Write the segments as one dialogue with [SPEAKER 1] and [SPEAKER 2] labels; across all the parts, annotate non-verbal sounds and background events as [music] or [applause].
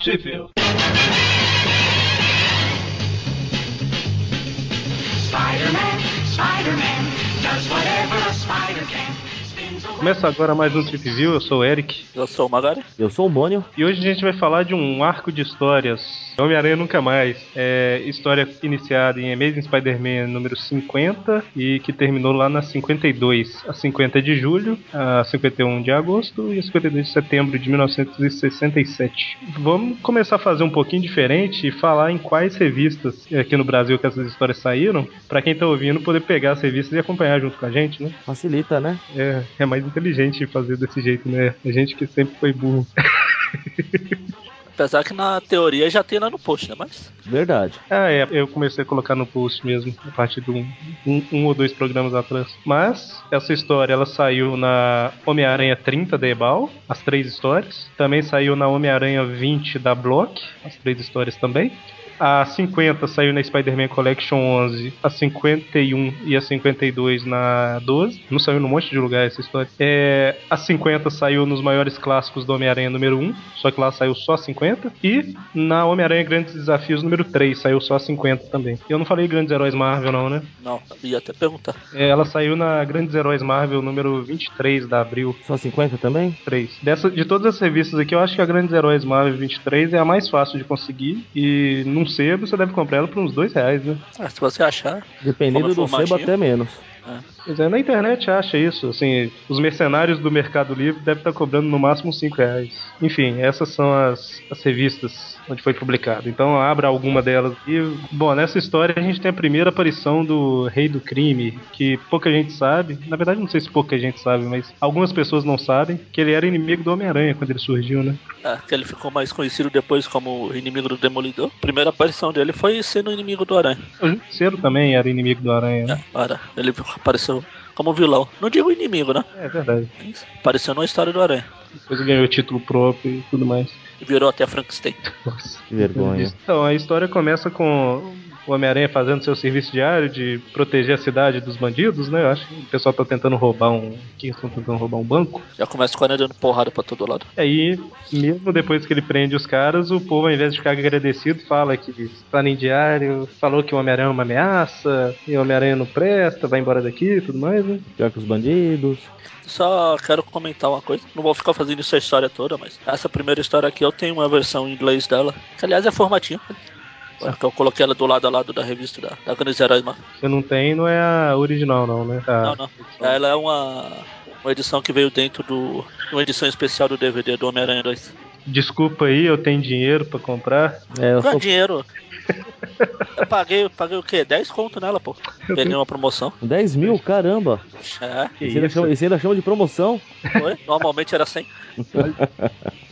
[SPEAKER 1] Sheffield.
[SPEAKER 2] Spider-Man, Spider-Man, does whatever a spider can. Spins away.
[SPEAKER 1] Começa agora mais um Trip View, eu sou o Eric.
[SPEAKER 3] Eu sou o Magari.
[SPEAKER 4] Eu sou o Mônio.
[SPEAKER 1] E hoje a gente vai falar de um arco de histórias. Homem-Aranha Nunca Mais. É história iniciada em Amazing Spider-Man número 50 e que terminou lá na 52, a 50 de julho, a 51 de agosto e a 52 de setembro de 1967. Vamos começar a fazer um pouquinho diferente e falar em quais revistas aqui no Brasil que essas histórias saíram, para quem tá ouvindo poder pegar as revistas e acompanhar junto com a gente, né?
[SPEAKER 4] Facilita, né?
[SPEAKER 1] É, é mais inteligente fazer desse jeito, né? A gente que sempre foi burro.
[SPEAKER 3] Apesar que na teoria já tem lá no post, né? Mas.
[SPEAKER 4] Verdade.
[SPEAKER 1] Ah, é, eu comecei a colocar no post mesmo, a partir de um, um, um ou dois programas atrás. Mas, essa história, ela saiu na Homem-Aranha 30 da Ebal, as três histórias. Também saiu na Homem-Aranha 20 da Block, as três histórias também. A 50 saiu na Spider-Man Collection 11, a 51 e a 52 na 12. Não saiu num monte de lugar essa história. É, a 50 saiu nos maiores clássicos do Homem-Aranha número 1, só que lá saiu só a 50. E na Homem-Aranha Grandes Desafios número 3 saiu só a 50 também. Eu não falei Grandes Heróis Marvel, não, né?
[SPEAKER 3] Não, ia até perguntar.
[SPEAKER 1] É, ela saiu na Grandes Heróis Marvel número 23 da abril.
[SPEAKER 4] Só 50 também?
[SPEAKER 1] 3. Dessa, de todas as revistas aqui, eu acho que a Grandes Heróis Marvel 23 é a mais fácil de conseguir. E num sebo, você deve comprar ela por uns dois reais, né?
[SPEAKER 3] Ah, se você achar. né?
[SPEAKER 4] Dependendo
[SPEAKER 3] Como
[SPEAKER 4] do sebo,
[SPEAKER 3] formatinho.
[SPEAKER 4] até menos.
[SPEAKER 1] Pois é, na internet acha isso, assim, os mercenários do Mercado Livre devem estar cobrando no máximo 5 reais. Enfim, essas são as, as revistas onde foi publicado. Então abra alguma delas. E, bom, nessa história a gente tem a primeira aparição do Rei do Crime, que pouca gente sabe, na verdade não sei se pouca gente sabe, mas algumas pessoas não sabem, que ele era inimigo do Homem-Aranha quando ele surgiu, né?
[SPEAKER 3] É, que ele ficou mais conhecido depois como o inimigo do Demolidor. A primeira aparição dele foi sendo o inimigo do Aranha.
[SPEAKER 1] O Justiceiro também era inimigo do Aranha, né?
[SPEAKER 3] É, Ara. Ele apareceu como vilão. Não digo inimigo, né?
[SPEAKER 1] É verdade.
[SPEAKER 3] Apareceu na história do Aranha.
[SPEAKER 1] Depois ele ganhou título próprio e tudo mais.
[SPEAKER 3] E virou até Frankenstein.
[SPEAKER 1] Nossa.
[SPEAKER 4] Que vergonha.
[SPEAKER 1] Então, a história começa com o Homem-Aranha fazendo seu serviço diário de proteger a cidade dos bandidos, né? Eu acho que o pessoal tá tentando roubar um. Que estão tentando roubar um banco.
[SPEAKER 3] Já começa com o Aranha dando porrada pra todo lado.
[SPEAKER 1] E aí, mesmo depois que ele prende os caras, o povo, ao invés de ficar agradecido, fala que está em diário, falou que o Homem-Aranha é uma ameaça, e o Homem-Aranha não presta, vai embora daqui e tudo mais, né?
[SPEAKER 4] Pior que os bandidos.
[SPEAKER 3] Só quero comentar uma coisa. Não vou ficar fazendo essa história toda, mas essa primeira história aqui eu tenho uma versão em inglês dela. Que aliás é formatinho. É Eu coloquei ela do lado a lado da revista da, da Grandes Heróis, mano.
[SPEAKER 1] Você não tem, não é a original, não, né?
[SPEAKER 4] Ah.
[SPEAKER 1] A-
[SPEAKER 3] Não, não. Ela é uma, uma edição que veio dentro do. Uma edição especial do DVD do Homem-Aranha 2.
[SPEAKER 1] Desculpa aí, eu tenho dinheiro pra comprar.
[SPEAKER 4] É, eu
[SPEAKER 3] Não é
[SPEAKER 4] sou...
[SPEAKER 3] dinheiro. Eu paguei, paguei o quê? 10 conto nela, pô. Peguei uma promoção.
[SPEAKER 4] 10 mil? Caramba!
[SPEAKER 3] É,
[SPEAKER 1] Que
[SPEAKER 4] E você ainda,
[SPEAKER 1] isso?
[SPEAKER 4] chama, esse ainda chama de promoção?
[SPEAKER 3] foi. Normalmente era 100.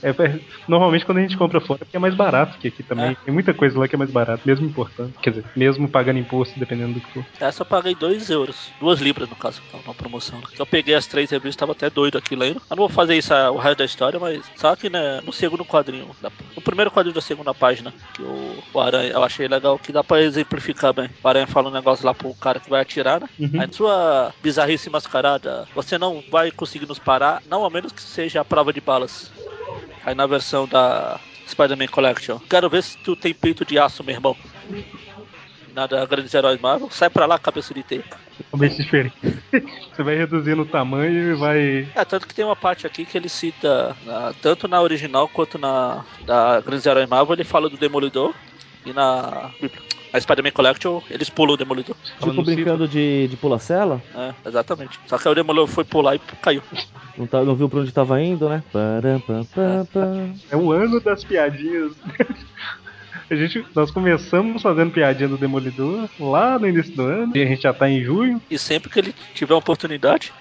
[SPEAKER 1] É, é, normalmente quando a gente compra fora é porque é mais barato que aqui também.
[SPEAKER 3] É.
[SPEAKER 1] Tem muita coisa lá que é mais barato, mesmo importando. Quer dizer, mesmo pagando imposto, dependendo do que for.
[SPEAKER 3] Essa eu paguei 2 euros. 2 libras, no caso. Tava uma promoção. né? Eu peguei as três revistas, tava até doido aqui lendo. Eu não vou fazer isso ah, o resto da história, mas só que né, no segundo quadrinho. da- No primeiro quadrinho da segunda página, que o, o Aranha, eu achei legal, que dá pra exemplificar bem. O Aranha fala um negócio lá pro cara que vai atirar, né? Aí sua bizarrice mascarada, você não vai conseguir nos parar, não a menos que seja a prova de balas. Aí na versão da Spider-Man Collection. Quero ver se tu tem peito de aço, meu irmão. Nada, grandes heróis Marvel. Sai pra lá, cabeça de teia.
[SPEAKER 1] Totalmente diferente. [laughs] Você vai reduzindo o tamanho e vai.
[SPEAKER 3] É, tanto que tem uma parte aqui que ele cita, na- tanto na original quanto na da Grandes Heróis Marvel, ele fala do Demolidor. E na, na Spider-Man Collection, eles pulam o Demolidor.
[SPEAKER 1] Ela
[SPEAKER 4] Tipo
[SPEAKER 1] não
[SPEAKER 4] brincando de, de pular cela?
[SPEAKER 3] É, exatamente. Só que aí o Demolidor foi pular e caiu.
[SPEAKER 4] Não, tá, não viu pra onde tava indo, né? Param, pam, pam, pam.
[SPEAKER 1] É o ano das piadinhas. [laughs] A gente, nós começamos fazendo piadinha do Demolidor lá no início do ano. E a gente já tá em junho.
[SPEAKER 3] E sempre que ele tiver uma oportunidade,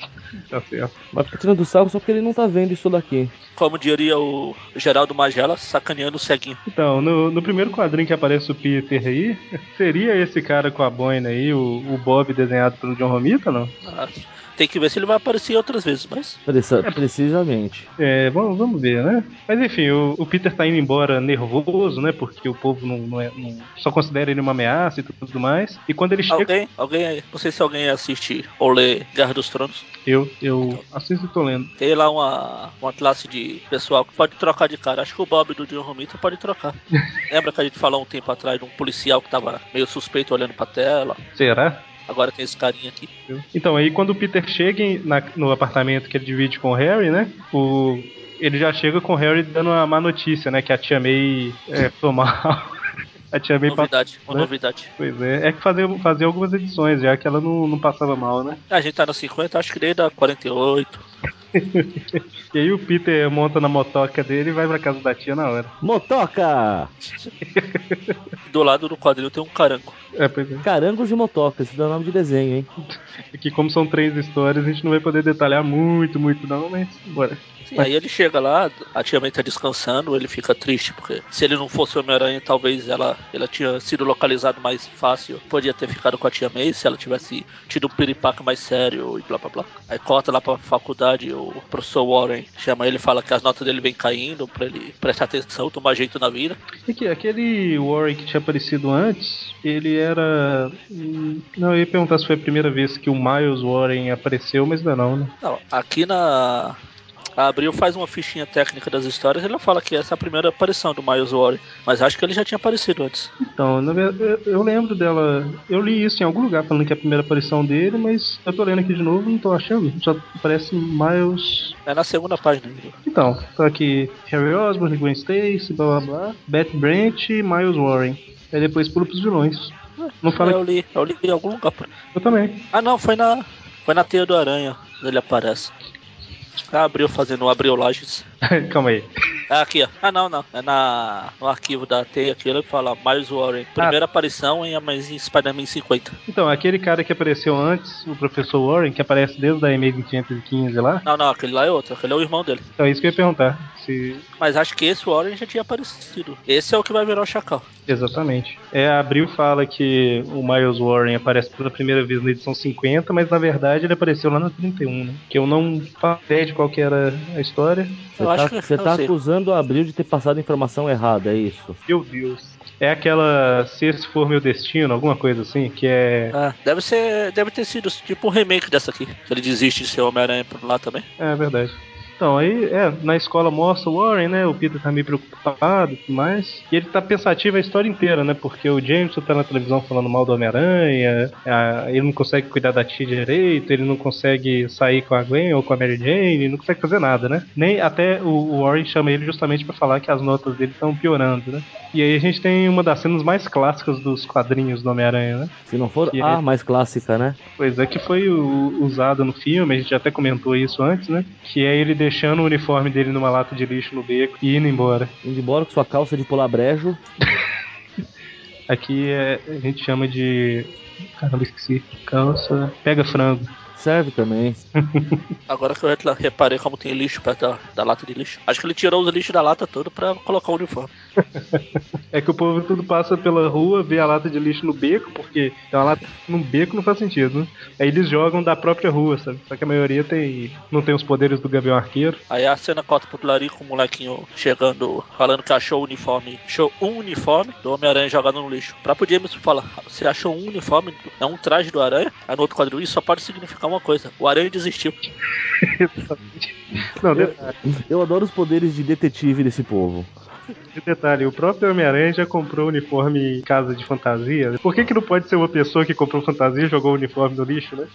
[SPEAKER 1] Tá certo.
[SPEAKER 4] Mas fica tirando sarro só porque ele não tá vendo isso daqui.
[SPEAKER 3] como diria o Geraldo Magela, sacaneando o ceguinho.
[SPEAKER 1] Então, no, no primeiro quadrinho que aparece o Peter aí, seria esse cara com a boina aí, o, o Bob desenhado pelo John Romita, não?
[SPEAKER 3] Ah, Tem que ver se ele vai aparecer outras vezes, mas.
[SPEAKER 4] Precisa, precisamente.
[SPEAKER 1] É, vamos, vamos ver, né? Mas enfim, o, o Peter tá indo embora nervoso, né? Porque o povo povo não, não é- não- só considera ele uma ameaça e tudo mais. E quando ele chega.
[SPEAKER 3] Alguém, alguém aí, não sei se alguém assiste ou lê Guerra dos Tronos.
[SPEAKER 1] Eu, eu assisto e tô lendo.
[SPEAKER 3] Tem lá uma, uma classe de pessoal que pode trocar de cara. Acho que o Bob do John Romita pode trocar. Lembra que a gente falou um tempo atrás de um policial que tava meio suspeito olhando pra tela?
[SPEAKER 1] Será?
[SPEAKER 3] Agora tem esse carinha aqui.
[SPEAKER 1] Entendeu? Então, aí quando o Peter chega em- na- no apartamento que ele divide com o Harry, né? O, ele já chega com o Harry dando uma má notícia, né? Que a tia May é, ficou mal. [laughs] a tia May passou.
[SPEAKER 3] Novidade, uma
[SPEAKER 1] né?
[SPEAKER 3] novidade.
[SPEAKER 1] Pois é, é que fazia, fazia algumas edições, já que ela não, não passava mal, né?
[SPEAKER 3] A gente tá no 50, acho que desde a 48.
[SPEAKER 1] E aí o Peter monta na motoca dele e vai pra casa da tia na hora.
[SPEAKER 4] Motoca!
[SPEAKER 3] Do lado do quadril tem um caranco.
[SPEAKER 1] É, pois é.
[SPEAKER 4] Carangos de motoca, esse dá nome de desenho, hein?
[SPEAKER 1] Aqui, É como são três histórias, a gente não vai poder detalhar muito, muito não, mas bora.
[SPEAKER 3] Sim, aí ele chega lá, a tia May tá descansando, ele fica triste, porque se ele não fosse o Homem-Aranha, talvez ela, ela tinha sido localizado mais fácil, podia ter ficado com a tia May se ela tivesse tido um piripaque mais sério e blá blá blá. Aí corta lá pra faculdade, o professor Warren chama ele e fala que as notas dele vem caindo, pra ele prestar atenção, tomar jeito na vida.
[SPEAKER 1] Aqui, É aquele Warwick que tinha aparecido antes, ele era. hum, Não, eu ia perguntar se foi a primeira vez que o Miles Warren apareceu, mas ainda não, né?
[SPEAKER 3] Não, aqui na. A Abril faz uma fichinha técnica das histórias e ela fala que essa é a primeira aparição do Miles Warren, mas acho que ele já tinha aparecido antes.
[SPEAKER 1] Então, na verdade, eu- eu lembro dela. Eu li isso em algum lugar falando que é a primeira aparição dele, mas eu tô lendo aqui de novo, não tô achando. Só parece Miles.
[SPEAKER 3] É na segunda página, Abril.
[SPEAKER 1] Então, tá aqui Harry Osborn, Gwen Stacy, blá blá blá, Beth Brant e Miles Warren. Aí depois pula pros vilões. Não fala
[SPEAKER 3] Eu li, eu li em algum lugar. por-
[SPEAKER 1] que eu também. [laughs]
[SPEAKER 3] Ah não, foi na. Foi na teia do aranha ele aparece. Ah, abriu fazendo abriolagens.
[SPEAKER 1] Calma aí.
[SPEAKER 3] Ah, aqui, ó. Ah não, não. É na, no arquivo da teia aqui, ele fala Miles Warren.
[SPEAKER 4] Ah.
[SPEAKER 3] Primeira aparição em Amazing Spider-Man 50.
[SPEAKER 1] Então, aquele cara que apareceu antes, o professor Warren, que aparece desde a Amazing 515 lá,
[SPEAKER 3] Não, não, aquele lá é outro, aquele é o irmão dele.
[SPEAKER 1] então é isso que eu ia perguntar. Se...
[SPEAKER 3] Mas acho que esse Warren já tinha aparecido. Esse é o que vai virar o Chacal.
[SPEAKER 1] Exatamente. É, a Abril fala que o Miles Warren aparece pela primeira vez na edição 50, mas na verdade ele apareceu lá na 31, né? Que eu não faço ideia de qual que era a história.
[SPEAKER 4] Você
[SPEAKER 3] Eu
[SPEAKER 4] tá,
[SPEAKER 3] acho que
[SPEAKER 4] você
[SPEAKER 3] eu
[SPEAKER 4] tá
[SPEAKER 3] sei.
[SPEAKER 4] acusando o Abril de ter passado a informação errada, é isso?
[SPEAKER 1] Meu Deus. É aquela Se Esse For Meu Destino, alguma coisa assim, que é...
[SPEAKER 3] Ah, deve ser. Deve ter sido tipo um remake dessa aqui. Que ele desiste de ser Homem-Aranha por lá também.
[SPEAKER 1] É, verdade. Então, aí, é, na escola mostra o Warren, né? O Peter tá meio preocupado e tudo mais. E ele tá pensativo a história inteira, né? Porque o Jameson tá na televisão falando mal do Homem-Aranha, a- ele não consegue cuidar da tia direito, ele não consegue sair com a Gwen ou com a Mary Jane, ele não consegue fazer nada, né? Nem até o, o Warren chama ele justamente pra falar que as notas dele estão piorando, né? E aí a gente tem uma das cenas mais clássicas dos quadrinhos do Homem-Aranha, né?
[SPEAKER 4] Se não for
[SPEAKER 1] Que
[SPEAKER 4] a
[SPEAKER 1] é-
[SPEAKER 4] mais clássica, né?
[SPEAKER 1] Pois é, que foi o- usado no filme, a gente até comentou isso antes, né? Que é ele deixando o uniforme dele numa lata de lixo no beco e indo embora.
[SPEAKER 4] Indo embora com sua calça de pular brejo.
[SPEAKER 1] Aqui é- a gente chama de. Caramba, esqueci. Calça. Pega frango.
[SPEAKER 4] Serve também.
[SPEAKER 3] Agora que eu retla- reparei como tem lixo perto da, da lata de lixo. Acho que ele tirou os lixos da lata toda pra colocar o uniforme.
[SPEAKER 1] É que o povo tudo passa pela rua, vê a lata de lixo no beco, porque tem uma lata num beco não faz sentido, né? Aí eles jogam da própria rua, sabe? Só que a maioria tem. não tem os poderes do Gavião Arqueiro.
[SPEAKER 3] Aí a cena corta pro Larico, o molequinho chegando, falando que achou o uniforme. Achou um uniforme do Homem-Aranha jogado no lixo. Pra pro Jameson falar, você achou um uniforme, é um traje do Aranha? Aí no outro quadril, isso só pode significar uma coisa. O Aranha desistiu.
[SPEAKER 1] Não, de-
[SPEAKER 4] Eu adoro os poderes de detetive desse povo.
[SPEAKER 1] de detalhe, o próprio Homem-Aranha já comprou uniforme em casa de fantasia. Por que, que não pode ser uma pessoa que comprou fantasia e jogou o uniforme no lixo, né?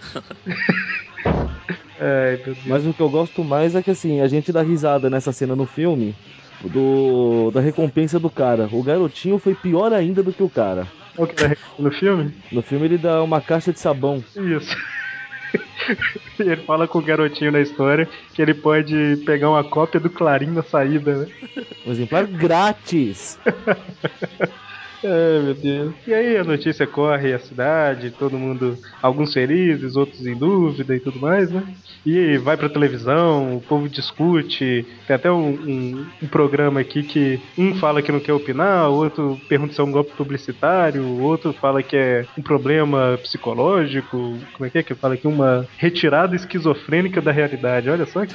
[SPEAKER 1] Ai, meu Deus.
[SPEAKER 4] Mas o que eu gosto mais é que assim, a gente dá risada nessa cena no filme do da recompensa do cara. O garotinho foi pior ainda do que o cara.
[SPEAKER 1] Qual que é era no filme?
[SPEAKER 4] No filme ele dá uma caixa de sabão.
[SPEAKER 1] Isso. [laughs] E ele fala com o garotinho na história que ele pode pegar uma cópia do Clarim na saída, né?
[SPEAKER 4] Um exemplar grátis.
[SPEAKER 1] Ai, meu Deus. E aí a notícia corre a cidade, todo mundo, alguns felizes, outros em dúvida e tudo mais, né? E vai pra televisão, o povo discute. Tem até um, um- um programa aqui que um fala que não quer opinar, o outro pergunta se é um golpe publicitário, o outro fala que é um problema psicológico. Como é que é que fala aqui? Uma retirada esquizofrênica da realidade. Olha só que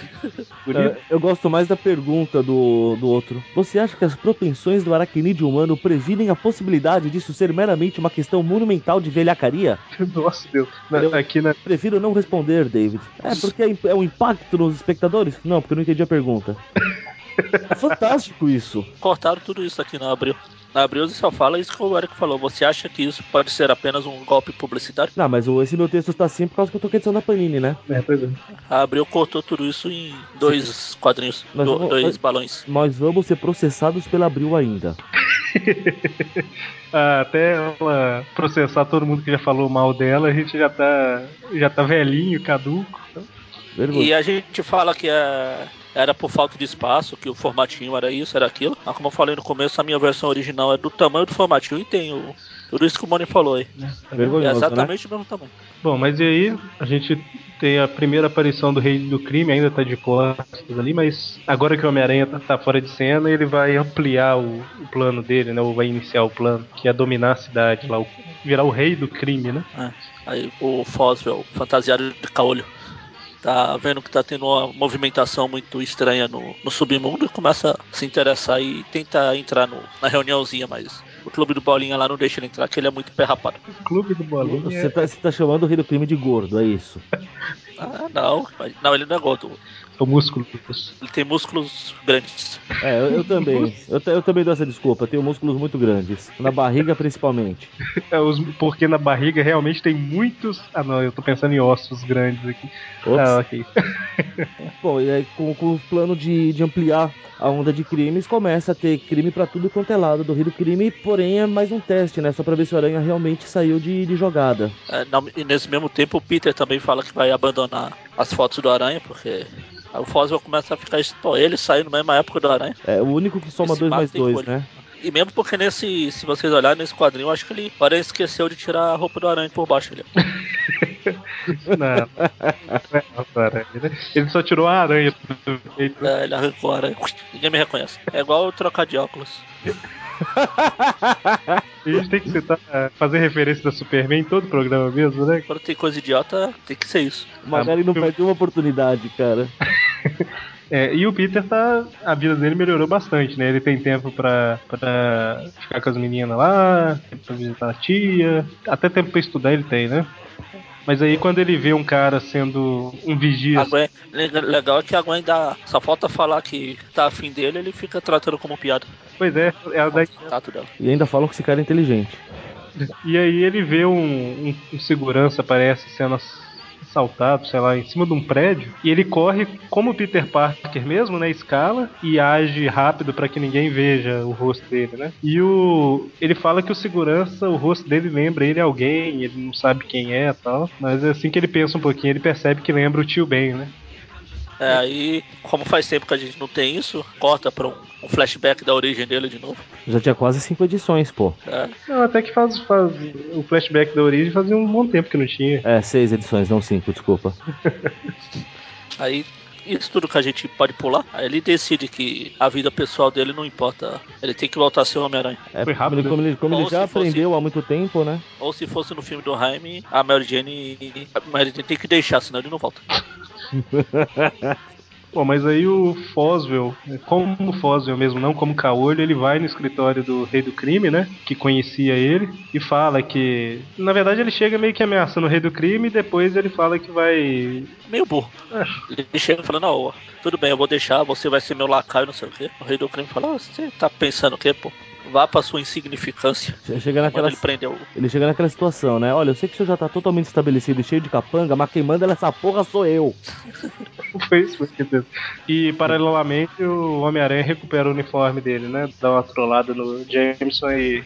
[SPEAKER 1] bonito.
[SPEAKER 4] [laughs] Ah, Eu gosto mais da pergunta do, do outro. Você acha que as propensões do aracnídeo humano previnem a possibilidade disso ser meramente uma questão monumental de velhacaria?
[SPEAKER 1] Nossa Deus. Na- aqui na.
[SPEAKER 4] Prefiro não responder, David. É porque é im- é um impacto nos espectadores? Não, porque eu não entendi a pergunta. Fantástico isso.
[SPEAKER 3] Cortaram tudo isso aqui na Abril. Na Abril só fala isso que o Eric falou. Você acha que isso pode ser apenas um golpe publicitário?
[SPEAKER 4] Não, mas o- esse meu texto está assim por causa que eu tô questão da Panini, né?
[SPEAKER 1] É, pois é.
[SPEAKER 3] A Abril cortou tudo isso em dois quadrinhos,
[SPEAKER 4] Mas
[SPEAKER 3] do-
[SPEAKER 4] vamos-
[SPEAKER 3] dois balões.
[SPEAKER 4] Nós vamos ser processados pela Abril ainda.
[SPEAKER 1] Ah, até ela processar todo mundo que já falou mal dela, a gente já tá, já tá velhinho, caduco.
[SPEAKER 4] Vergonha.
[SPEAKER 3] E a gente fala que é- era por falta de espaço, que o formatinho era isso, era aquilo. Mas como eu falei no começo, a minha versão original é do tamanho do formatinho e tem o. Tudo isso que o Moni falou aí. É
[SPEAKER 4] Vergonhoso, né?
[SPEAKER 3] exatamente o mesmo tamanho.
[SPEAKER 1] Bom, mas e aí a gente tem a primeira aparição do Rei do Crime, ainda tá de costas ali, mas agora que o Homem-Aranha tá, tá fora de cena, ele vai ampliar o, o plano dele, né? Ou vai iniciar o plano, que é dominar a cidade lá, o- virar o Rei do Crime, né?
[SPEAKER 3] É. Aí o Foswell, fantasiado de caolho, tá vendo que tá tendo uma movimentação muito estranha no, no submundo e começa a se interessar e tentar entrar no- na reuniãozinha, mas o clube do Bolinha lá não deixa ele entrar, que ele é muito perrapado.
[SPEAKER 1] Clube do Bolinha.
[SPEAKER 4] Você tá, você tá chamando o rei do crime de gordo, é isso.
[SPEAKER 3] Ah, não, mas- não, ele não é gordo,
[SPEAKER 1] O músculo.
[SPEAKER 3] ele tem músculos grandes.
[SPEAKER 4] É, eu, eu também. Eu, ta- eu também dou essa desculpa. Eu tenho músculos muito grandes. Na barriga, principalmente.
[SPEAKER 1] É, os- porque na barriga realmente tem muitos. Ah, não, eu tô pensando em ossos grandes aqui.
[SPEAKER 4] Ops.
[SPEAKER 1] Ah, ok.
[SPEAKER 4] Bom, e aí com, com o plano de, de ampliar a onda de crimes, começa a ter crime pra tudo quanto é lado do Rio do Crime, porém é mais um teste, né? Só pra ver se o Aranha realmente saiu de, de jogada.
[SPEAKER 3] É, não, e nesse mesmo tempo, o Peter também fala que vai abandonar as fotos do Aranha, porque aí o Foswell começa a ficar. est- Pô, ele saiu na mesma época do Aranha.
[SPEAKER 4] É o único que soma
[SPEAKER 3] Esse
[SPEAKER 4] dois
[SPEAKER 3] mato
[SPEAKER 4] mais
[SPEAKER 3] tem
[SPEAKER 4] dois,
[SPEAKER 3] folha.
[SPEAKER 4] né?
[SPEAKER 3] E mesmo porque nesse, se vocês olharem nesse quadrinho, eu acho que ele, o Aranha esqueceu de tirar a roupa do Aranha por baixo. Ele,
[SPEAKER 1] Não, não é nossa aranha, né? Ele só tirou a aranha do peito.
[SPEAKER 3] é, ele arrancou a aranha. Ninguém me reconhece. É igual eu trocar de óculos.
[SPEAKER 1] A gente tem que citar, fazer referência da Superman em todo o programa mesmo, né?
[SPEAKER 3] Quando tem coisa idiota, tem que ser isso.
[SPEAKER 4] O Magari não
[SPEAKER 1] eu-
[SPEAKER 4] perdeu uma oportunidade, cara.
[SPEAKER 1] É, e o Peter tá. A vida dele melhorou bastante, né? Ele tem tempo pra, pra ficar com as meninas lá, tempo pra visitar a tia. Até tempo pra estudar ele tem, né? Mas aí quando ele vê um cara sendo um vigia.
[SPEAKER 3] A Gwen, le- legal é que a Gwen dá. Só falta falar que tá afim dele, ele fica tratando como piada.
[SPEAKER 1] Pois é, ela dá
[SPEAKER 3] O tato dela.
[SPEAKER 4] E ainda falam que esse cara é inteligente.
[SPEAKER 1] E aí ele vê um, um- um segurança, parece, sendo ass- assaltado, sei lá, em cima de um prédio. E ele corre como o Peter Parker mesmo, né? Escala e age rápido pra que ninguém veja o rosto dele, né? E o ele fala que o segurança, o rosto dele lembra ele alguém, ele não sabe quem é e tal. Mas assim que ele pensa um pouquinho, ele percebe que lembra o tio Ben, né?
[SPEAKER 3] É, aí, como faz tempo que a gente não tem isso, corta pra um, um flashback da origem dele de novo.
[SPEAKER 4] Já tinha quase cinco edições, pô.
[SPEAKER 3] É,
[SPEAKER 1] Não, até que faz, faz o flashback da origem fazia um bom tempo que não tinha.
[SPEAKER 4] É, seis edições, não cinco, desculpa.
[SPEAKER 3] Aí isso tudo que a gente pode pular, aí ele decide que a vida pessoal dele não importa. Ele tem que voltar a ser o Homem-Aranha.
[SPEAKER 4] É,
[SPEAKER 1] Foi rápido.
[SPEAKER 4] Como ele, como ele
[SPEAKER 3] Ou
[SPEAKER 4] já
[SPEAKER 3] né? se fosse-
[SPEAKER 4] aprendeu há muito tempo, né?
[SPEAKER 3] Ou se fosse no filme do Jaime, a Mary Jane. A Mary Jane tem que deixar, senão ele não volta.
[SPEAKER 1] Bom, mas aí o Foswell, como o Foswell mesmo, não como Caolho, ele vai no escritório do Rei do Crime, né? Que conhecia ele, e fala que. Na verdade, ele chega meio que ameaçando o Rei do Crime e depois ele fala que vai.
[SPEAKER 3] Meio burro. Ele chega e fala, não, ó, tudo bem, eu vou deixar, você vai ser meu lacaio, não sei o quê. O rei do crime fala, ah, você tá pensando o quê, pô? Vá pra sua insignificância.
[SPEAKER 4] Che- Chega
[SPEAKER 3] Quando
[SPEAKER 4] naquela,
[SPEAKER 3] ele prendeu.
[SPEAKER 4] ele chega naquela situação, né? Olha, eu sei que o senhor já tá totalmente estabelecido e cheio de capanga, mas quem manda essa porra sou eu.
[SPEAKER 1] Foi isso, foi isso que aconteceu. E paralelamente o Homem-Aranha recupera o uniforme dele, né? Dá uma trollada no Jameson e,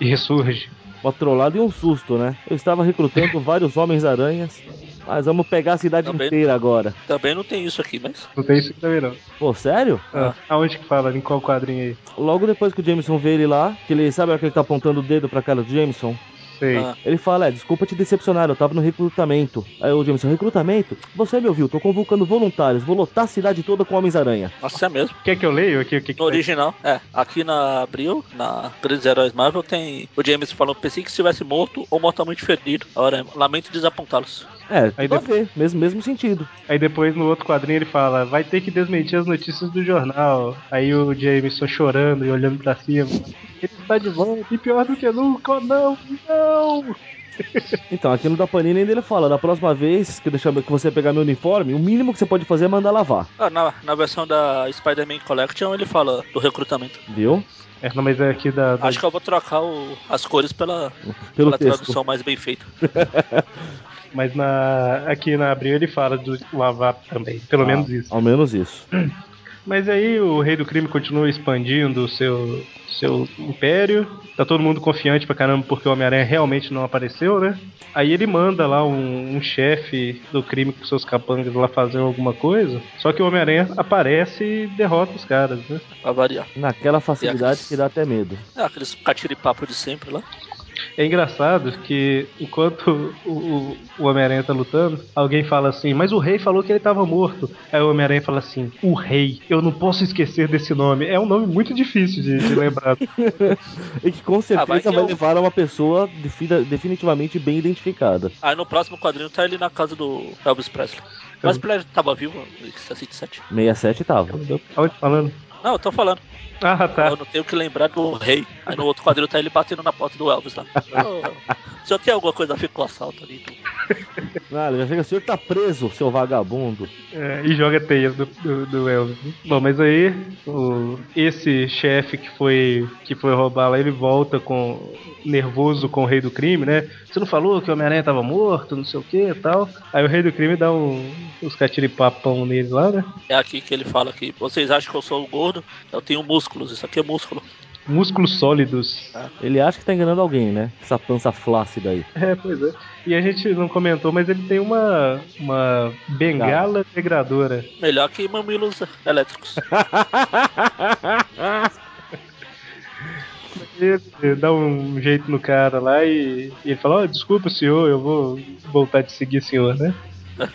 [SPEAKER 1] e ressurge.
[SPEAKER 4] Uma trollada e um susto, né? Eu estava recrutando vários homens-aranhas Mas vamos pegar a cidade
[SPEAKER 3] Também.
[SPEAKER 4] inteira agora.
[SPEAKER 3] Também não tem isso aqui, mas.
[SPEAKER 1] Não tem isso aqui também, não.
[SPEAKER 4] Pô, sério?
[SPEAKER 1] Ah, aonde que fala? Em qual quadrinho aí?
[SPEAKER 4] Logo depois que o Jameson vê ele lá, que ele sabe a hora que ele tá apontando o dedo pra cara do Jameson,
[SPEAKER 1] Sei.
[SPEAKER 3] Ah.
[SPEAKER 4] Ele fala, é, desculpa te decepcionar, eu tava no recrutamento. Aí o Jameson, recrutamento? Você me ouviu, tô convocando voluntários, vou lotar a cidade toda com Homens-Aranha.
[SPEAKER 3] Nossa, é mesmo.
[SPEAKER 1] Quer que eu leio aqui o que, que
[SPEAKER 3] No
[SPEAKER 1] tá?
[SPEAKER 3] original, é. Aqui na Abril, na Grandes Heróis Marvel, tem. O James falando: pensei que estivesse morto ou mortalmente ferido. Agora, lamento desapontá-los.
[SPEAKER 4] É,
[SPEAKER 1] Aí
[SPEAKER 4] Aí tudo a
[SPEAKER 1] depois-
[SPEAKER 4] ver, mesmo, mesmo sentido.
[SPEAKER 1] Aí depois no outro quadrinho ele fala, vai ter que desmentir as notícias do jornal. Aí o Jameson chorando e olhando pra cima. Ele está de volta e pior do que nunca, oh, não, não! [laughs]
[SPEAKER 4] Então, aqui no da Panini ainda ele fala, da próxima vez que, eu deixar, que você pegar meu uniforme, o mínimo que você pode fazer é mandar lavar,
[SPEAKER 3] Ah, na, na versão da Spider-Man Collection, ele fala do recrutamento.
[SPEAKER 4] viu?
[SPEAKER 1] É, não, mas é aqui da. da-
[SPEAKER 3] Acho que eu vou trocar o- as cores pela,
[SPEAKER 4] Pelo
[SPEAKER 3] pela
[SPEAKER 4] texto.
[SPEAKER 3] tradução mais bem feita.
[SPEAKER 1] Mas na, aqui na abril ele fala do lavar também, pelo
[SPEAKER 4] Ah,
[SPEAKER 1] menos isso.
[SPEAKER 4] Ao menos isso.
[SPEAKER 1] Mas aí o rei do crime continua expandindo o seu, seu império. Tá todo mundo confiante pra caramba porque o Homem-Aranha realmente não apareceu, né? Aí ele manda lá um, um chefe do crime com seus capangas lá fazer alguma coisa. Só que o Homem-Aranha aparece e derrota os caras, né?
[SPEAKER 3] Pra variar.
[SPEAKER 4] Naquela facilidade
[SPEAKER 3] Yes.
[SPEAKER 4] que dá até medo.
[SPEAKER 3] É, aqueles catiripapo de sempre lá.
[SPEAKER 1] É engraçado que enquanto o, o- o Homem-Aranha tá lutando, alguém fala assim, mas o rei falou que ele tava morto. Aí o Homem-Aranha fala assim, o rei, eu não posso esquecer desse nome. É um nome muito difícil de, de lembrar. [laughs]
[SPEAKER 4] E que com
[SPEAKER 3] Ah, vai que
[SPEAKER 4] certeza vai
[SPEAKER 3] eu-
[SPEAKER 4] levar a uma pessoa defida- definitivamente bem identificada.
[SPEAKER 3] Aí no próximo quadrinho tá ele na casa do Elvis Presley. Mas Presley tava vivo em 67?
[SPEAKER 4] 67 tava.
[SPEAKER 1] [laughs] Aonde falando?
[SPEAKER 3] Não, eu tô falando.
[SPEAKER 1] Ah, tá.
[SPEAKER 3] Eu não tenho que lembrar do rei. Aí no outro quadrinho tá ele batendo na porta do [laughs] Elvis lá. Ô, Só tem alguma coisa a ver com o assalto ali. então.
[SPEAKER 4] Ah, ele já chega, o senhor tá preso, seu vagabundo.
[SPEAKER 1] É, e joga teias do, do, do Elvis. né? Bom, mas aí o- esse chefe que foi que foi roubar lá, ele volta com nervoso com o rei do crime, né? Você não falou que o Homem-Aranha tava morto, não sei o que e tal. Aí o rei do crime dá um, uns catiripapão nele lá, né?
[SPEAKER 3] É aqui que ele fala que vocês acham que eu sou gordo? Eu tenho músculos, isso aqui é músculo.
[SPEAKER 1] Músculos sólidos.
[SPEAKER 4] Ele acha que tá enganando alguém, né? Essa pança flácida aí.
[SPEAKER 1] É, pois é. E a gente não comentou, mas ele tem uma, uma bengala degradora.
[SPEAKER 3] Melhor que mamilos elétricos.
[SPEAKER 1] Ele dá um jeito no cara lá e, e ele fala: Ó, desculpa, senhor, eu vou voltar de seguir o senhor, né?
[SPEAKER 3] Sim,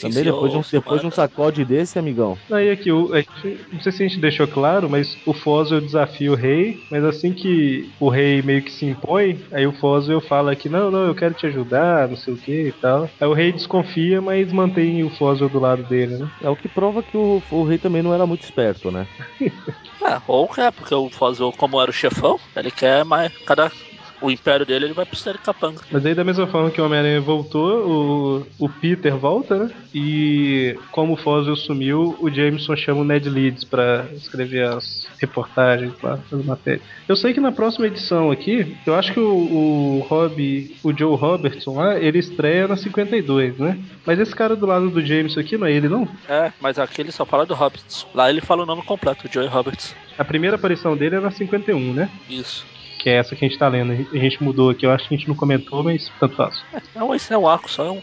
[SPEAKER 4] [laughs] Também depois de, um,
[SPEAKER 3] senhor,
[SPEAKER 4] depois de um
[SPEAKER 3] senhora.
[SPEAKER 4] sacode desse, amigão.
[SPEAKER 1] Aí aqui, o, a gente- não sei se a gente deixou claro, mas o Foswell desafia o rei, mas assim que o rei meio que se impõe, aí o Foswell fala que não, não, eu quero te ajudar, não sei o que e tal. Aí o rei desconfia, mas mantém o Foswell do lado dele, né?
[SPEAKER 4] É o que prova que o, o rei também não era muito esperto, né?
[SPEAKER 3] É, ou é, porque o Fazio, como era o chefão, ele quer mais. Cada. O império dele ele vai pro série capanga.
[SPEAKER 1] Mas aí da mesma forma que o Homem-Aranha voltou, o, o Peter volta, né? E como o Foswell sumiu, o Jameson chama o Ned Leeds pra escrever as reportagens lá, as matérias. Eu sei que na próxima edição aqui, eu acho que o, o Rob, o Joe Robertson lá, ele estreia na 52, né? Mas esse cara do lado do Jameson aqui não é ele, não?
[SPEAKER 3] É, mas aqui ele só fala do Roberts. Lá ele fala o nome completo, Joey Roberts.
[SPEAKER 1] A primeira aparição dele é na 51, né?
[SPEAKER 3] Isso.
[SPEAKER 1] Que é essa que a gente tá lendo. A gente mudou aqui, eu acho que a gente não comentou, mas tanto faz.
[SPEAKER 3] É um, esse é um arco, só é um.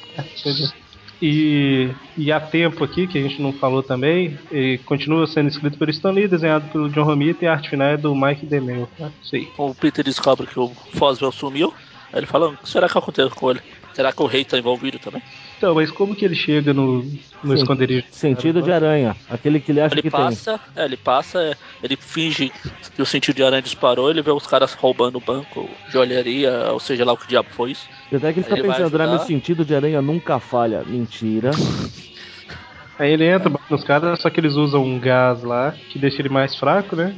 [SPEAKER 1] E, e há tempo aqui, que a gente não falou também, e continua sendo escrito pelo Stan Lee, desenhado pelo John Romita e a arte final é do Mike DeMeo. tá? Isso aí.
[SPEAKER 3] O Peter descobre que o Foswell sumiu. Aí ele fala, "Hum, o que será que aconteceu com ele? Será que o rei tá envolvido também?
[SPEAKER 1] Então, mas como que ele chega no, no
[SPEAKER 4] Sim.
[SPEAKER 1] esconderijo?
[SPEAKER 4] Sentido de aranha. Aquele que ele acha
[SPEAKER 3] Ele
[SPEAKER 4] que
[SPEAKER 3] passa, é, ele passa, é, ele finge que o sentido de aranha disparou, ele vê os caras roubando o banco, joalheria, ou seja lá o que diabo foi isso.
[SPEAKER 4] tem. Até que ele fica
[SPEAKER 3] Ele vai
[SPEAKER 4] pensando, ah, meu
[SPEAKER 3] ajudar.
[SPEAKER 4] sentido de aranha nunca falha. Mentira.
[SPEAKER 1] Aí ele entra, bate nos caras, só que eles usam um gás lá, que deixa ele mais fraco, né?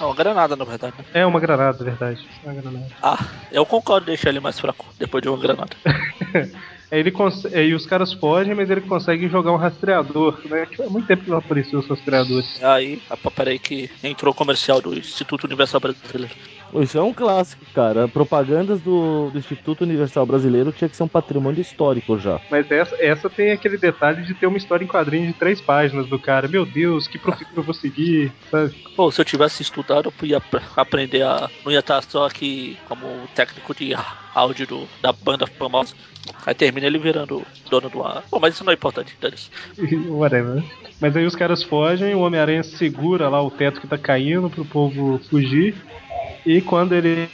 [SPEAKER 3] É uma granada, na verdade. né?
[SPEAKER 1] É uma granada, na verdade. É uma granada.
[SPEAKER 3] Ah, eu concordo em deixar ele mais fraco depois de uma granada.
[SPEAKER 1] [laughs] Aí ele cons- aí os caras fogem, mas ele consegue jogar um rastreador, né? Que Faz muito tempo que não apareceu os rastreadores.
[SPEAKER 3] Aí, ah, peraí que entrou o comercial do Instituto Universal Brasileiro.
[SPEAKER 4] Pô, Isso é um clássico, cara. Propagandas do, do Instituto Universal Brasileiro tinha que ser um patrimônio histórico já.
[SPEAKER 1] Mas essa, essa tem aquele detalhe de ter uma história em quadrinho de três páginas do cara. Meu Deus, que profissão eu vou seguir, sabe? [laughs]
[SPEAKER 3] Pô, se eu tivesse estudado, eu ia ap- aprender a. Não ia estar só aqui como técnico de á- áudio do- da banda famosa. Aí termina ele virando dono do ar. Bom, mas isso não é importante, dane-se.
[SPEAKER 1] Whatever. Mas aí os caras fogem, o Homem-Aranha segura lá o teto que tá caindo pro povo fugir. E quando ele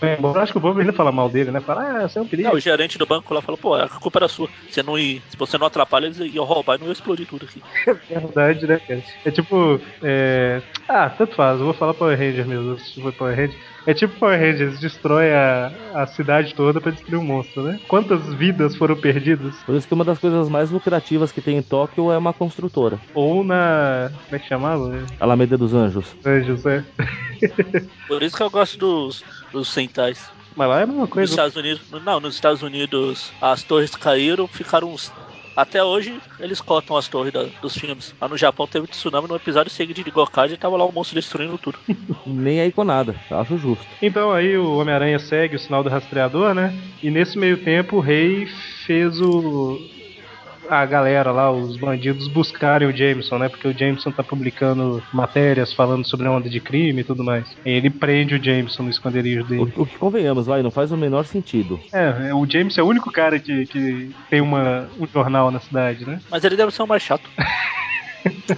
[SPEAKER 1] vai embora, acho que o povo ainda fala mal dele, né? Fala, ah, você é um perigo.
[SPEAKER 3] Não, o gerente do banco lá falou, pô, a culpa era sua. Você não ia, se você não atrapalha, eles iam roubar e não ia explodir tudo aqui.
[SPEAKER 1] É verdade, né, cara? É tipo. é, Ah, tanto faz, eu vou falar Power Ranger mesmo. Se for Power Ranger. É tipo Power Rangers, destrói a, a cidade toda pra destruir o monstro, né? Quantas vidas foram perdidas?
[SPEAKER 4] Por isso que uma das coisas mais lucrativas que tem em Tóquio é uma construtora,
[SPEAKER 1] Ou na. Como é que chamava? né?
[SPEAKER 4] Alameda dos Anjos. [laughs]
[SPEAKER 1] Anjos, né?
[SPEAKER 3] Por isso que eu gosto dos, dos centais.
[SPEAKER 1] Mas lá é a mesma
[SPEAKER 3] Nos
[SPEAKER 1] coisa.
[SPEAKER 3] Estados Unidos, não, nos Estados Unidos as torres caíram, ficaram uns. Até hoje eles cortam as torres da- dos filmes. Lá no Japão teve tsunami no episódio seguinte de Gokard e tava lá o monstro destruindo tudo.
[SPEAKER 4] Nem aí com nada, acho justo.
[SPEAKER 1] Então aí o Homem-Aranha segue o sinal do rastreador, né? E nesse meio tempo o rei fez o. A galera lá, os bandidos, buscarem o Jameson, né? Porque o Jameson tá publicando matérias falando sobre a onda de crime e tudo mais. E ele prende o Jameson no esconderijo dele.
[SPEAKER 4] O, o que convenhamos, vai, não faz o menor sentido.
[SPEAKER 1] É, é, o Jameson é o único cara que, que tem uma, um jornal na cidade, né?
[SPEAKER 3] Mas ele deve ser o mais chato.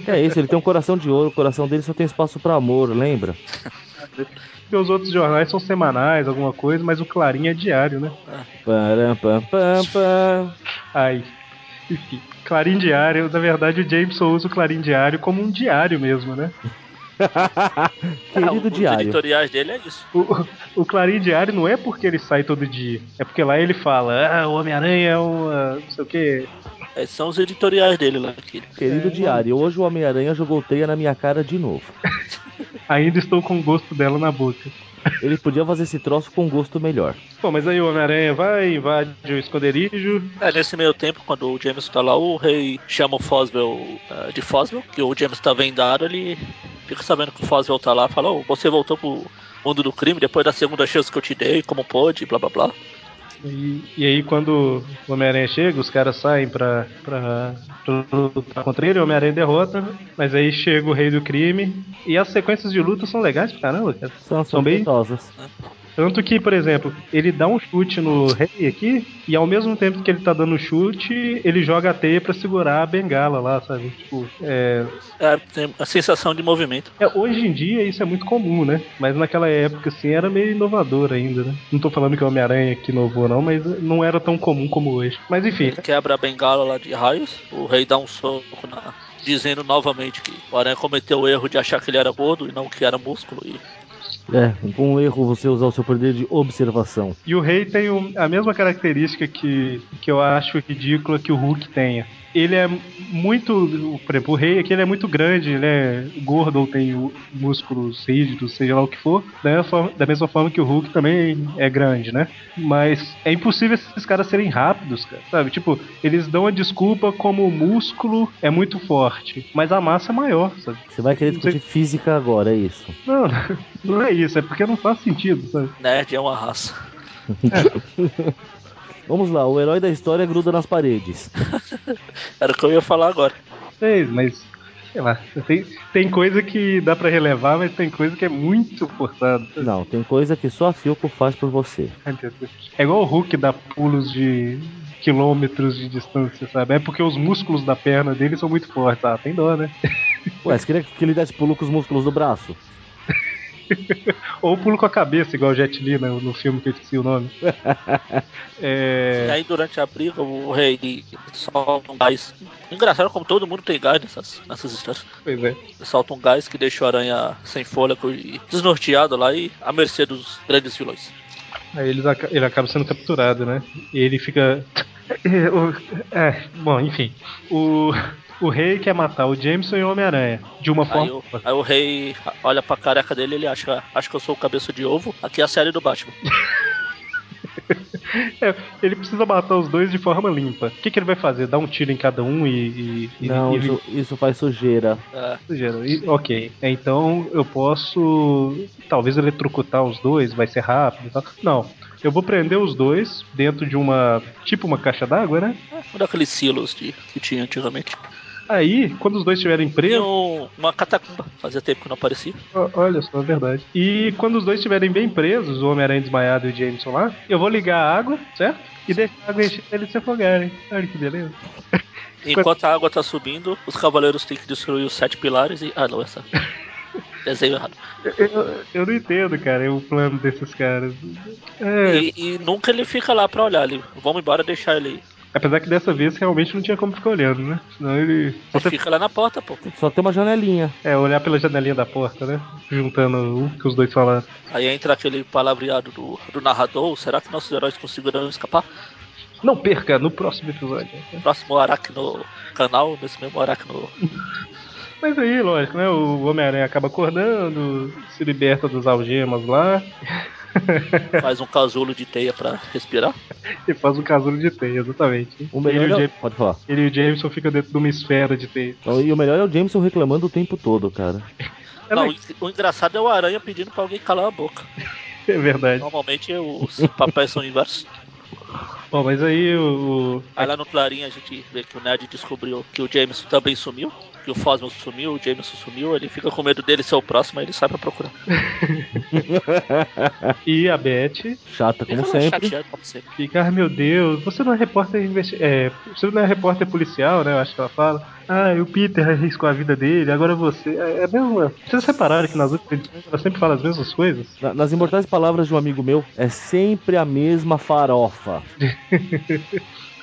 [SPEAKER 4] É isso, ele tem um coração de ouro, o coração dele só tem espaço pra amor, lembra?
[SPEAKER 1] Porque os outros jornais são semanais, alguma coisa, mas o Clarim é diário, né?
[SPEAKER 4] Param, pam, pam, pam.
[SPEAKER 1] Ai. Enfim, Clarim diário, na verdade o Jameson usa o Clarim diário como um diário mesmo, né?
[SPEAKER 3] Ah,
[SPEAKER 4] Querido
[SPEAKER 3] os
[SPEAKER 4] diário.
[SPEAKER 3] editoriais dele é isso.
[SPEAKER 1] O, o Clarim Diário não é porque ele sai todo dia. É porque lá ele fala, ah, o Homem-Aranha é uma. não sei o quê.
[SPEAKER 3] É, são os editoriais dele lá. Que...
[SPEAKER 4] Querido diário, hoje o Homem-Aranha jogou teia na minha cara de novo.
[SPEAKER 1] Ainda estou com o gosto dela na boca.
[SPEAKER 4] Ele podia fazer esse troço com gosto melhor.
[SPEAKER 1] Bom, mas aí o Homem-Aranha vai, invade o esconderijo.
[SPEAKER 3] É, nesse meio tempo, quando o James tá lá, o rei chama o Foswell eh, de Foswell, que o James tá vendado, ele fica sabendo que o Foswell tá lá, fala, "Ô, você voltou pro mundo do crime depois da segunda chance que eu te dei, como pôde, blá blá blá.
[SPEAKER 1] E, e aí quando o Homem-Aranha chega, os caras saem pra, pra, pra lutar contra ele, o Homem-Aranha derrota. Mas aí chega o rei do crime. E as sequências de luta são legais pra caramba, cara.
[SPEAKER 4] São, são
[SPEAKER 1] São bem-
[SPEAKER 4] gostosas.
[SPEAKER 1] Tanto que, por exemplo, ele dá um chute no rei aqui, e ao mesmo tempo que ele tá dando o chute, ele joga a teia pra segurar a bengala lá, sabe? Tipo, é...
[SPEAKER 3] É, tem a sensação de movimento.
[SPEAKER 1] é, hoje em dia isso é muito comum, né? Mas naquela época, assim, era meio inovador ainda, né? Não tô falando que é o Homem-Aranha que inovou, não, mas não era tão comum como hoje. Mas enfim,
[SPEAKER 3] Ele quebra a bengala lá de raios, o rei dá um soco na. Dizendo novamente que o Aranha cometeu o erro de achar que ele era gordo e não que era músculo. E
[SPEAKER 4] É, com um erro você usar o seu poder de observação.
[SPEAKER 1] E o rei tem um- a mesma característica que, que eu acho ridícula que o Hulk tenha. Ele é muito. o- Por exemplo, o rei aqui ele é muito grande, ele é gordo ou tem o- músculos rígidos, seja lá o que for. Da mesma, forma, da mesma forma que o Hulk também é grande, né? Mas é impossível esses caras serem rápidos, cara. Sabe? Tipo, eles dão a desculpa como o músculo é muito forte, mas a massa é maior, sabe?
[SPEAKER 4] Você vai querer discutir física agora, é isso.
[SPEAKER 1] Não, [laughs] não é isso, é porque não faz sentido, sabe?
[SPEAKER 3] nerd é uma raça.
[SPEAKER 4] Vamos lá, o herói da história gruda nas paredes.
[SPEAKER 3] Era o que eu ia falar agora.
[SPEAKER 1] sei, mas sei lá. Tem, tem coisa que dá pra relevar, mas tem coisa que é muito forçada.
[SPEAKER 4] Não, tem coisa que só a Filco faz por você.
[SPEAKER 1] É igual o Hulk dar pulos de quilômetros de distância, sabe? É porque os músculos da perna dele são muito fortes. Ah, tem dó, né? [laughs]
[SPEAKER 4] Ué, você queria que ele desse pulo com os músculos do braço?
[SPEAKER 1] Ou pulo com a cabeça, igual o Jet Li né, no filme que eu esqueci o [laughs] nome.
[SPEAKER 3] E
[SPEAKER 1] É,
[SPEAKER 3] aí durante a briga o rei ele solta um gás. Engraçado como todo mundo tem gás nessas, nessas histórias.
[SPEAKER 1] pois é.
[SPEAKER 3] Ele solta um gás que deixa o aranha sem fôlego e desnorteado lá e à mercê dos grandes vilões.
[SPEAKER 1] Aí eles aca- ele acaba sendo capturado, né? E ele fica. [laughs] O- é, bom, enfim. O, o rei quer matar o Jameson e o Homem-Aranha. De uma
[SPEAKER 3] Aí
[SPEAKER 1] forma.
[SPEAKER 3] o, aí o rei olha pra careca dele e ele acha, acha que eu sou o cabeça de ovo. Aqui é a série do Batman.
[SPEAKER 1] É, ele precisa matar os dois de forma limpa. O que, que ele vai fazer? Dar um tiro em cada um e. e- e-
[SPEAKER 4] Não,
[SPEAKER 1] e-
[SPEAKER 4] isso, isso faz sujeira.
[SPEAKER 3] Ah,
[SPEAKER 1] Sujeira. E- ok. Então eu posso. Talvez eletrocutar os dois, vai ser rápido e tal. Não. Eu vou prender os dois dentro de uma. Tipo uma caixa d'água, né?
[SPEAKER 3] um daqueles silos de, que tinha antigamente.
[SPEAKER 1] Aí, quando os dois estiverem
[SPEAKER 3] Tinha
[SPEAKER 1] presos.
[SPEAKER 3] um- uma catacumba, fazia tempo que não aparecia.
[SPEAKER 1] Ó, Olha só, é verdade. E quando os dois estiverem bem presos, o Homem-Aranha desmaiado e o Jameson lá, eu vou ligar a água, certo? E deixar a água encher pra eles se afogarem. Olha que beleza.
[SPEAKER 3] Enquanto a água tá subindo, os cavaleiros têm que destruir os sete pilares e. Ah, não, essa. Desenho errado.
[SPEAKER 1] Eu, eu não entendo, cara, o plano desses caras. É,
[SPEAKER 3] E, e nunca ele fica lá pra olhar ali. Vamos embora deixar ele. aí.
[SPEAKER 1] apesar que dessa vez realmente não tinha como ficar olhando, né? Senão ele.
[SPEAKER 3] Ele
[SPEAKER 1] Você,
[SPEAKER 3] fica lá na porta, pô.
[SPEAKER 4] Só tem uma janelinha.
[SPEAKER 1] é, olhar pela janelinha da porta, né? Juntando o que os dois falaram.
[SPEAKER 3] Aí entra aquele palavreado do, do narrador: será que nossos heróis conseguirão escapar?
[SPEAKER 1] Não perca no próximo episódio.
[SPEAKER 3] Próximo Aracno canal, nesse
[SPEAKER 1] [laughs]
[SPEAKER 3] mesmo Aracno.
[SPEAKER 1] Mas aí, lógico, né? O Homem-Aranha acaba acordando, se liberta dos algemas lá. [laughs]
[SPEAKER 3] faz um casulo de teia pra respirar.
[SPEAKER 1] Ele faz um casulo de teia, exatamente.
[SPEAKER 4] O melhor
[SPEAKER 1] ele, e o
[SPEAKER 4] é o-
[SPEAKER 1] James,
[SPEAKER 4] Pode falar.
[SPEAKER 1] ele e o Jameson ficam dentro de uma esfera de teia.
[SPEAKER 4] Então, E o melhor é o Jameson reclamando o tempo todo, cara.
[SPEAKER 1] É,
[SPEAKER 3] Não,
[SPEAKER 1] le-
[SPEAKER 3] o engraçado é o aranha pedindo pra alguém calar a boca.
[SPEAKER 1] é verdade.
[SPEAKER 3] Normalmente os papéis são inversos.
[SPEAKER 1] Bom, mas aí o.
[SPEAKER 3] Aí lá no Clarim a gente vê que o Nerd descobriu que o Jameson também sumiu, que o Fosmo sumiu, o Jameson sumiu, ele fica com medo dele ser o próximo, aí ele sai pra procurar.
[SPEAKER 1] E a Beth
[SPEAKER 4] Chata, como
[SPEAKER 3] Fica lá
[SPEAKER 4] sempre.
[SPEAKER 3] chateado, como sempre.
[SPEAKER 1] fica, ah, meu Deus, você não é repórter investi é, você não é repórter policial, né? Eu acho que ela fala. Ah, e o Peter arriscou a vida dele, agora você. É é a mesma. Vocês repararam que nas outras edições ela sempre fala as mesmas coisas?
[SPEAKER 4] Na- Nas imortais palavras de um amigo meu, é sempre a mesma farofa.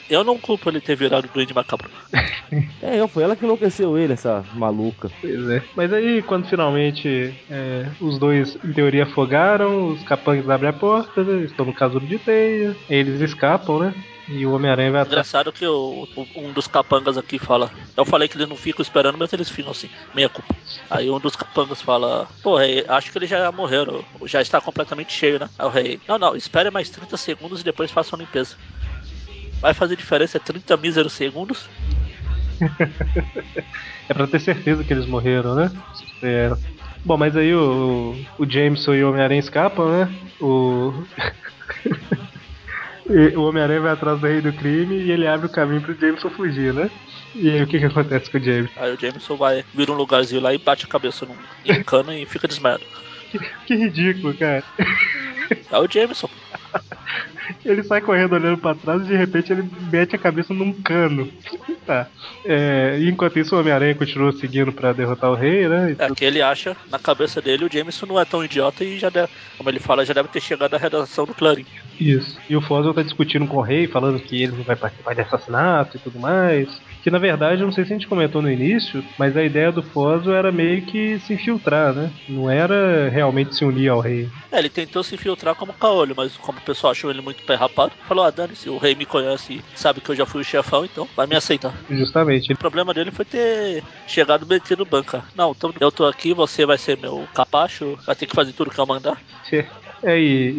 [SPEAKER 3] Eu não culpo ele ter virado doente macabro.
[SPEAKER 4] É, eu, foi ela que enlouqueceu ele, essa maluca.
[SPEAKER 1] Pois é. Mas aí, quando finalmente é, os dois, em teoria, afogaram, os capangas abrem a porta, né, estão no casulo de teia, eles escapam, né? E o Homem-Aranha vai atrás.
[SPEAKER 3] Engraçado que o- o- um dos capangas aqui fala. Eu falei que eles não ficam esperando, mas eles ficam assim, meia culpa. Aí um dos capangas fala, pô, rei, acho que eles já morreram, já está completamente cheio, né? Aí o rei, não, não, espere mais 30 segundos e depois faça a limpeza. Vai fazer diferença 30 míseros segundos?
[SPEAKER 1] É pra ter certeza que eles morreram, né? É. Bom, mas aí o, o Jameson e o Homem-Aranha escapam, né? O. [laughs] E o Homem-Aranha vai atrás do rei do crime e ele abre o caminho pro Jameson fugir, né? E aí o que, que acontece com o Jameson?
[SPEAKER 3] Aí o Jameson vai, vira um lugarzinho lá e bate a cabeça num em um cano e fica desmaiado.
[SPEAKER 1] Que ridículo, cara.
[SPEAKER 3] É o Jameson.
[SPEAKER 1] Ele sai correndo olhando pra trás e de repente ele mete a cabeça num cano. [laughs] tá. É, e enquanto isso, o Homem-Aranha continua seguindo pra derrotar o rei, né?
[SPEAKER 3] É que ele acha, na cabeça dele, o Jameson não é tão idiota e já deve, como ele fala, já deve ter chegado à redação do Clarim.
[SPEAKER 1] Isso. E o Foswell tá discutindo com o rei, falando que ele não vai participar de assassinato e tudo mais. Que na verdade, eu não sei se a gente comentou no início, mas a ideia do Foswell era meio que se infiltrar, né? Não era realmente se unir ao rei.
[SPEAKER 3] É, ele tentou se infiltrar como caolho, mas como o pessoal achou ele muito pé rapado, falou, ah, dane-se, o rei me conhece e sabe que eu já fui o chefão, então vai me aceitar.
[SPEAKER 1] Justamente. [laughs]
[SPEAKER 3] O problema dele foi ter chegado metido banca. Não, então eu tô aqui, você vai ser meu capacho, vai ter que fazer tudo que eu mandar.
[SPEAKER 1] Ele... É, e,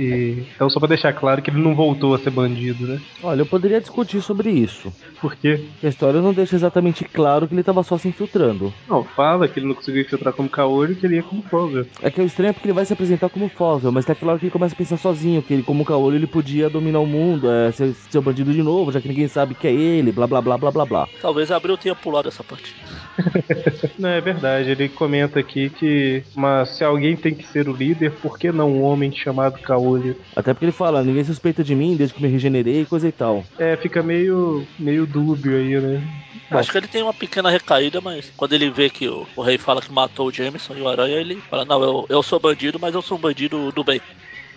[SPEAKER 1] e- Então, só pra deixar claro que ele não voltou a ser bandido, né?
[SPEAKER 4] Olha, eu poderia discutir sobre isso.
[SPEAKER 1] Porque
[SPEAKER 4] A história não deixa exatamente claro que ele tava só se infiltrando.
[SPEAKER 1] Não, fala que ele não conseguiu infiltrar como caolho que ele ia como Foswell.
[SPEAKER 4] É que o estranho é porque ele vai se apresentar como Foswell, mas tá claro que ele começa a pensar sozinho, que ele, como Caolho, ele podia dominar o mundo, é, ser, ser o bandido de novo, já que ninguém sabe que é ele, blá blá blá blá blá blá.
[SPEAKER 3] Talvez Abril tenha pulado essa parte.
[SPEAKER 1] [laughs] Não, é verdade. Ele comenta aqui que, mas se alguém tem que ser o líder, por que não um homem chamado Caolho?
[SPEAKER 4] Até porque ele fala, ninguém suspeita de mim desde que me regenerei, coisa e tal.
[SPEAKER 1] É, fica meio, meio dúbio aí, né? Bom.
[SPEAKER 3] Acho que ele tem uma pequena recaída, mas quando ele vê que o, o rei fala que matou o Jameson e o Aranha, ele fala, não, eu, eu sou bandido, mas eu sou um bandido do bem.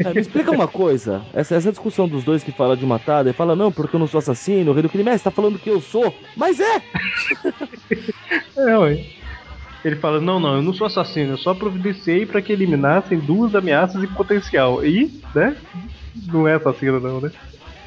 [SPEAKER 4] É, me explica uma coisa, essa, essa discussão dos dois que fala de matada, e fala, não, porque eu não sou assassino, o rei do crime, é, você tá falando que eu sou, mas é!
[SPEAKER 1] É, ué. Ele fala, não, não, eu não sou assassino, eu só providenciei pra que eliminassem duas ameaças em potencial. E, né? Não é assassino não, né?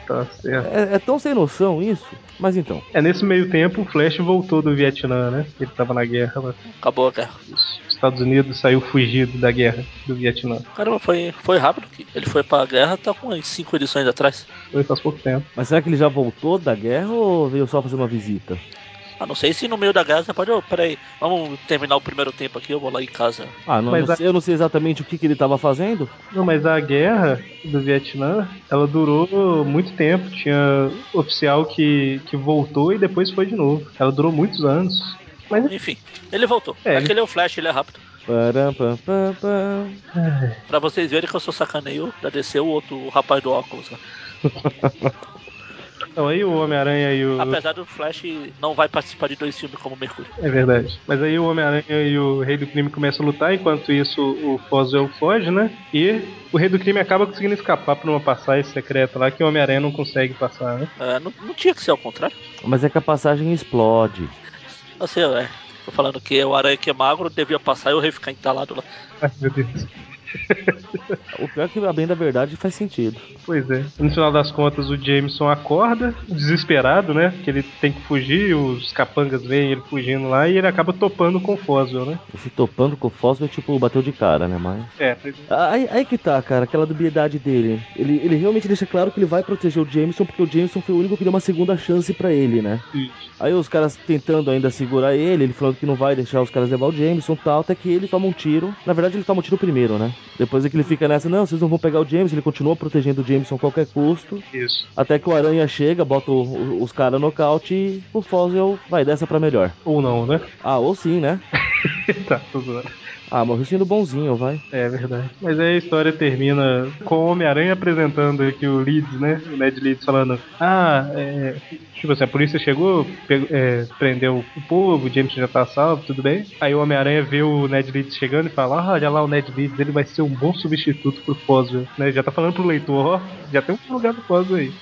[SPEAKER 1] Tá certo.
[SPEAKER 4] É, é tão sem noção isso, mas então.
[SPEAKER 1] É, nesse meio tempo o Flash voltou do Vietnã, né? Ele tava na guerra, mas
[SPEAKER 3] Acabou a guerra.
[SPEAKER 1] isso. Estados Unidos saiu fugido da guerra do Vietnã.
[SPEAKER 3] Caramba, foi, foi rápido. que Ele foi pra guerra, tá com umas cinco edições atrás.
[SPEAKER 1] Foi faz pouco tempo.
[SPEAKER 4] Mas será que ele já voltou da guerra ou veio só fazer uma visita?
[SPEAKER 3] A Ah, não sei se no meio da guerra você pode. Ô, peraí, vamos terminar o primeiro tempo aqui, eu vou lá em casa.
[SPEAKER 4] Ah, não,
[SPEAKER 1] Mas
[SPEAKER 4] não
[SPEAKER 1] a-
[SPEAKER 4] sei- eu não sei exatamente o que, que ele tava fazendo.
[SPEAKER 1] Não, mas a guerra do Vietnã, ela durou muito tempo. Tinha oficial que, que voltou e depois foi de novo. Ela durou muitos anos. Mas
[SPEAKER 3] Enfim, ele voltou.
[SPEAKER 1] É,
[SPEAKER 3] Aquele é o Flash, ele é rápido.
[SPEAKER 4] Param, pam, pam, pam.
[SPEAKER 1] ai,
[SPEAKER 3] Pra vocês verem que eu sou sacaneio da DC, o outro o rapaz do óculos. Né?
[SPEAKER 1] então aí o Homem-Aranha e o.
[SPEAKER 3] Apesar do Flash não vai participar de dois filmes como Mercúrio.
[SPEAKER 1] É verdade. Mas aí o Homem-Aranha e o Rei do Crime começam a lutar, enquanto isso o Foswell foge, né? E o Rei do Crime acaba conseguindo escapar por uma passagem secreta lá que o Homem-Aranha não consegue passar, né?
[SPEAKER 3] É, não, não tinha que ser ao contrário.
[SPEAKER 4] Mas é que a passagem explode.
[SPEAKER 3] Eu sei, é, tô falando que o Aranha que é magro devia passar e o Rei ficar entalado lá.
[SPEAKER 1] Ai, Ah, meu Deus.
[SPEAKER 4] O pior é que, bem da verdade, faz sentido.
[SPEAKER 1] Pois é. No final das contas, o Jameson acorda, desesperado, né? Porque ele tem que fugir, os capangas veem ele fugindo lá e ele acaba topando com o Foswell, né?
[SPEAKER 4] Se topando com o fósforo, tipo, bateu de cara, né, mas...
[SPEAKER 1] É, pois é.
[SPEAKER 4] Aí, aí que tá, cara, aquela dubiedade dele. Ele, ele realmente deixa claro que ele vai proteger o Jameson, porque o Jameson foi o único que deu uma segunda chance pra ele, né?
[SPEAKER 1] Isso.
[SPEAKER 4] Aí os caras tentando ainda segurar ele, ele falando que não vai deixar os caras levar o Jameson e tal, até que ele toma um tiro. Na verdade, ele toma um tiro primeiro, né? Depois é que ele fica nessa, não, vocês não vão pegar o Jameson, ele continua protegendo o Jameson a qualquer custo.
[SPEAKER 1] Isso.
[SPEAKER 4] Até que o Aranha chega, bota o- o- os caras nocaute e o Fossil vai dessa pra melhor.
[SPEAKER 1] Ou não, né? [laughs]
[SPEAKER 4] Ah, ou sim, né?
[SPEAKER 1] tá, tô zoando.
[SPEAKER 4] Ah, morreu sendo bonzinho, vai.
[SPEAKER 1] É verdade. Mas aí a história termina com o Homem-Aranha apresentando aqui o Leeds, né? O Ned Leeds falando: Ah, é. Tipo assim, a polícia chegou, pegou- é, prendeu o povo, o Jameson já tá salvo, tudo bem. Aí o Homem-Aranha vê o Ned Leeds chegando e fala: Ah, olha lá o Ned Leeds, ele vai ser um bom substituto pro Foswell, né? Já tá falando pro leitor: Ó, já tem um lugar do Foswell aí. [laughs]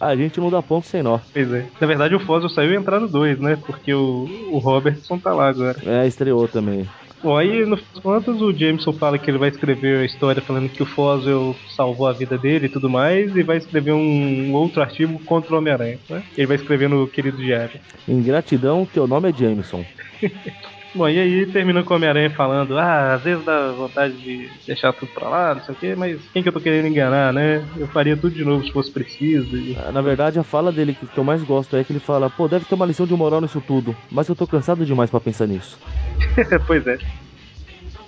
[SPEAKER 4] A gente não dá ponto sem nó.
[SPEAKER 1] pois é. Na verdade, o Foswell saiu e entraram dois, né? Porque o, o Robertson tá lá agora.
[SPEAKER 4] É, estreou também.
[SPEAKER 1] Bom, aí no fim das contas o Jameson fala que ele vai escrever a história falando que o Foswell salvou a vida dele e tudo mais, e vai escrever um outro artigo contra o Homem-Aranha, né? Ele vai escrever no Querido Diário.
[SPEAKER 4] Em gratidão, teu nome é Jameson.
[SPEAKER 1] Bom, e aí termina com o Homem-Aranha falando, ah, às vezes dá vontade de deixar tudo pra lá, não sei o quê, mas quem que eu tô querendo enganar, né? Eu faria tudo de novo se fosse preciso. [laughs] E...
[SPEAKER 4] Ah, Na verdade, a fala dele que, que eu mais gosto é que ele fala: pô, deve ter uma lição de moral nisso tudo, mas eu tô cansado demais pra pensar nisso.
[SPEAKER 1] pois é.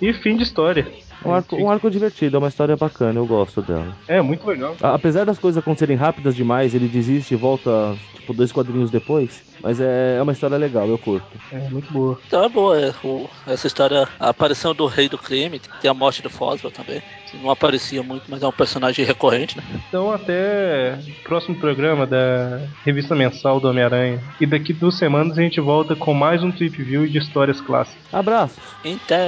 [SPEAKER 1] E fim de história.
[SPEAKER 4] Um arco, um arco divertido, é uma história bacana, eu gosto dela.
[SPEAKER 1] É, muito legal.
[SPEAKER 4] A- Apesar das coisas acontecerem rápidas demais, ele desiste e volta, tipo, dois quadrinhos depois. Mas é, é uma história legal, eu curto.
[SPEAKER 1] É, muito boa.
[SPEAKER 3] Então é boa é, o- essa história, a aparição do Rei do Crime, tem a morte do Foswell também. Não aparecia muito, mas é um personagem recorrente, né?
[SPEAKER 1] Então até o próximo programa da revista mensal do Homem-Aranha. E daqui duas semanas a gente volta com mais um Trip View de histórias clássicas.
[SPEAKER 4] Abraços!
[SPEAKER 3] Então.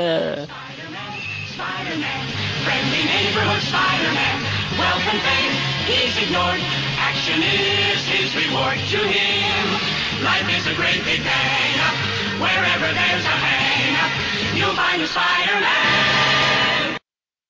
[SPEAKER 2] Spider-Man, friendly neighborhood Spider-Man. Welcome fame, he's ignored. Action is his reward to him. Life is a great big bang up. Wherever there's a hang up, you'll find a Spider-Man.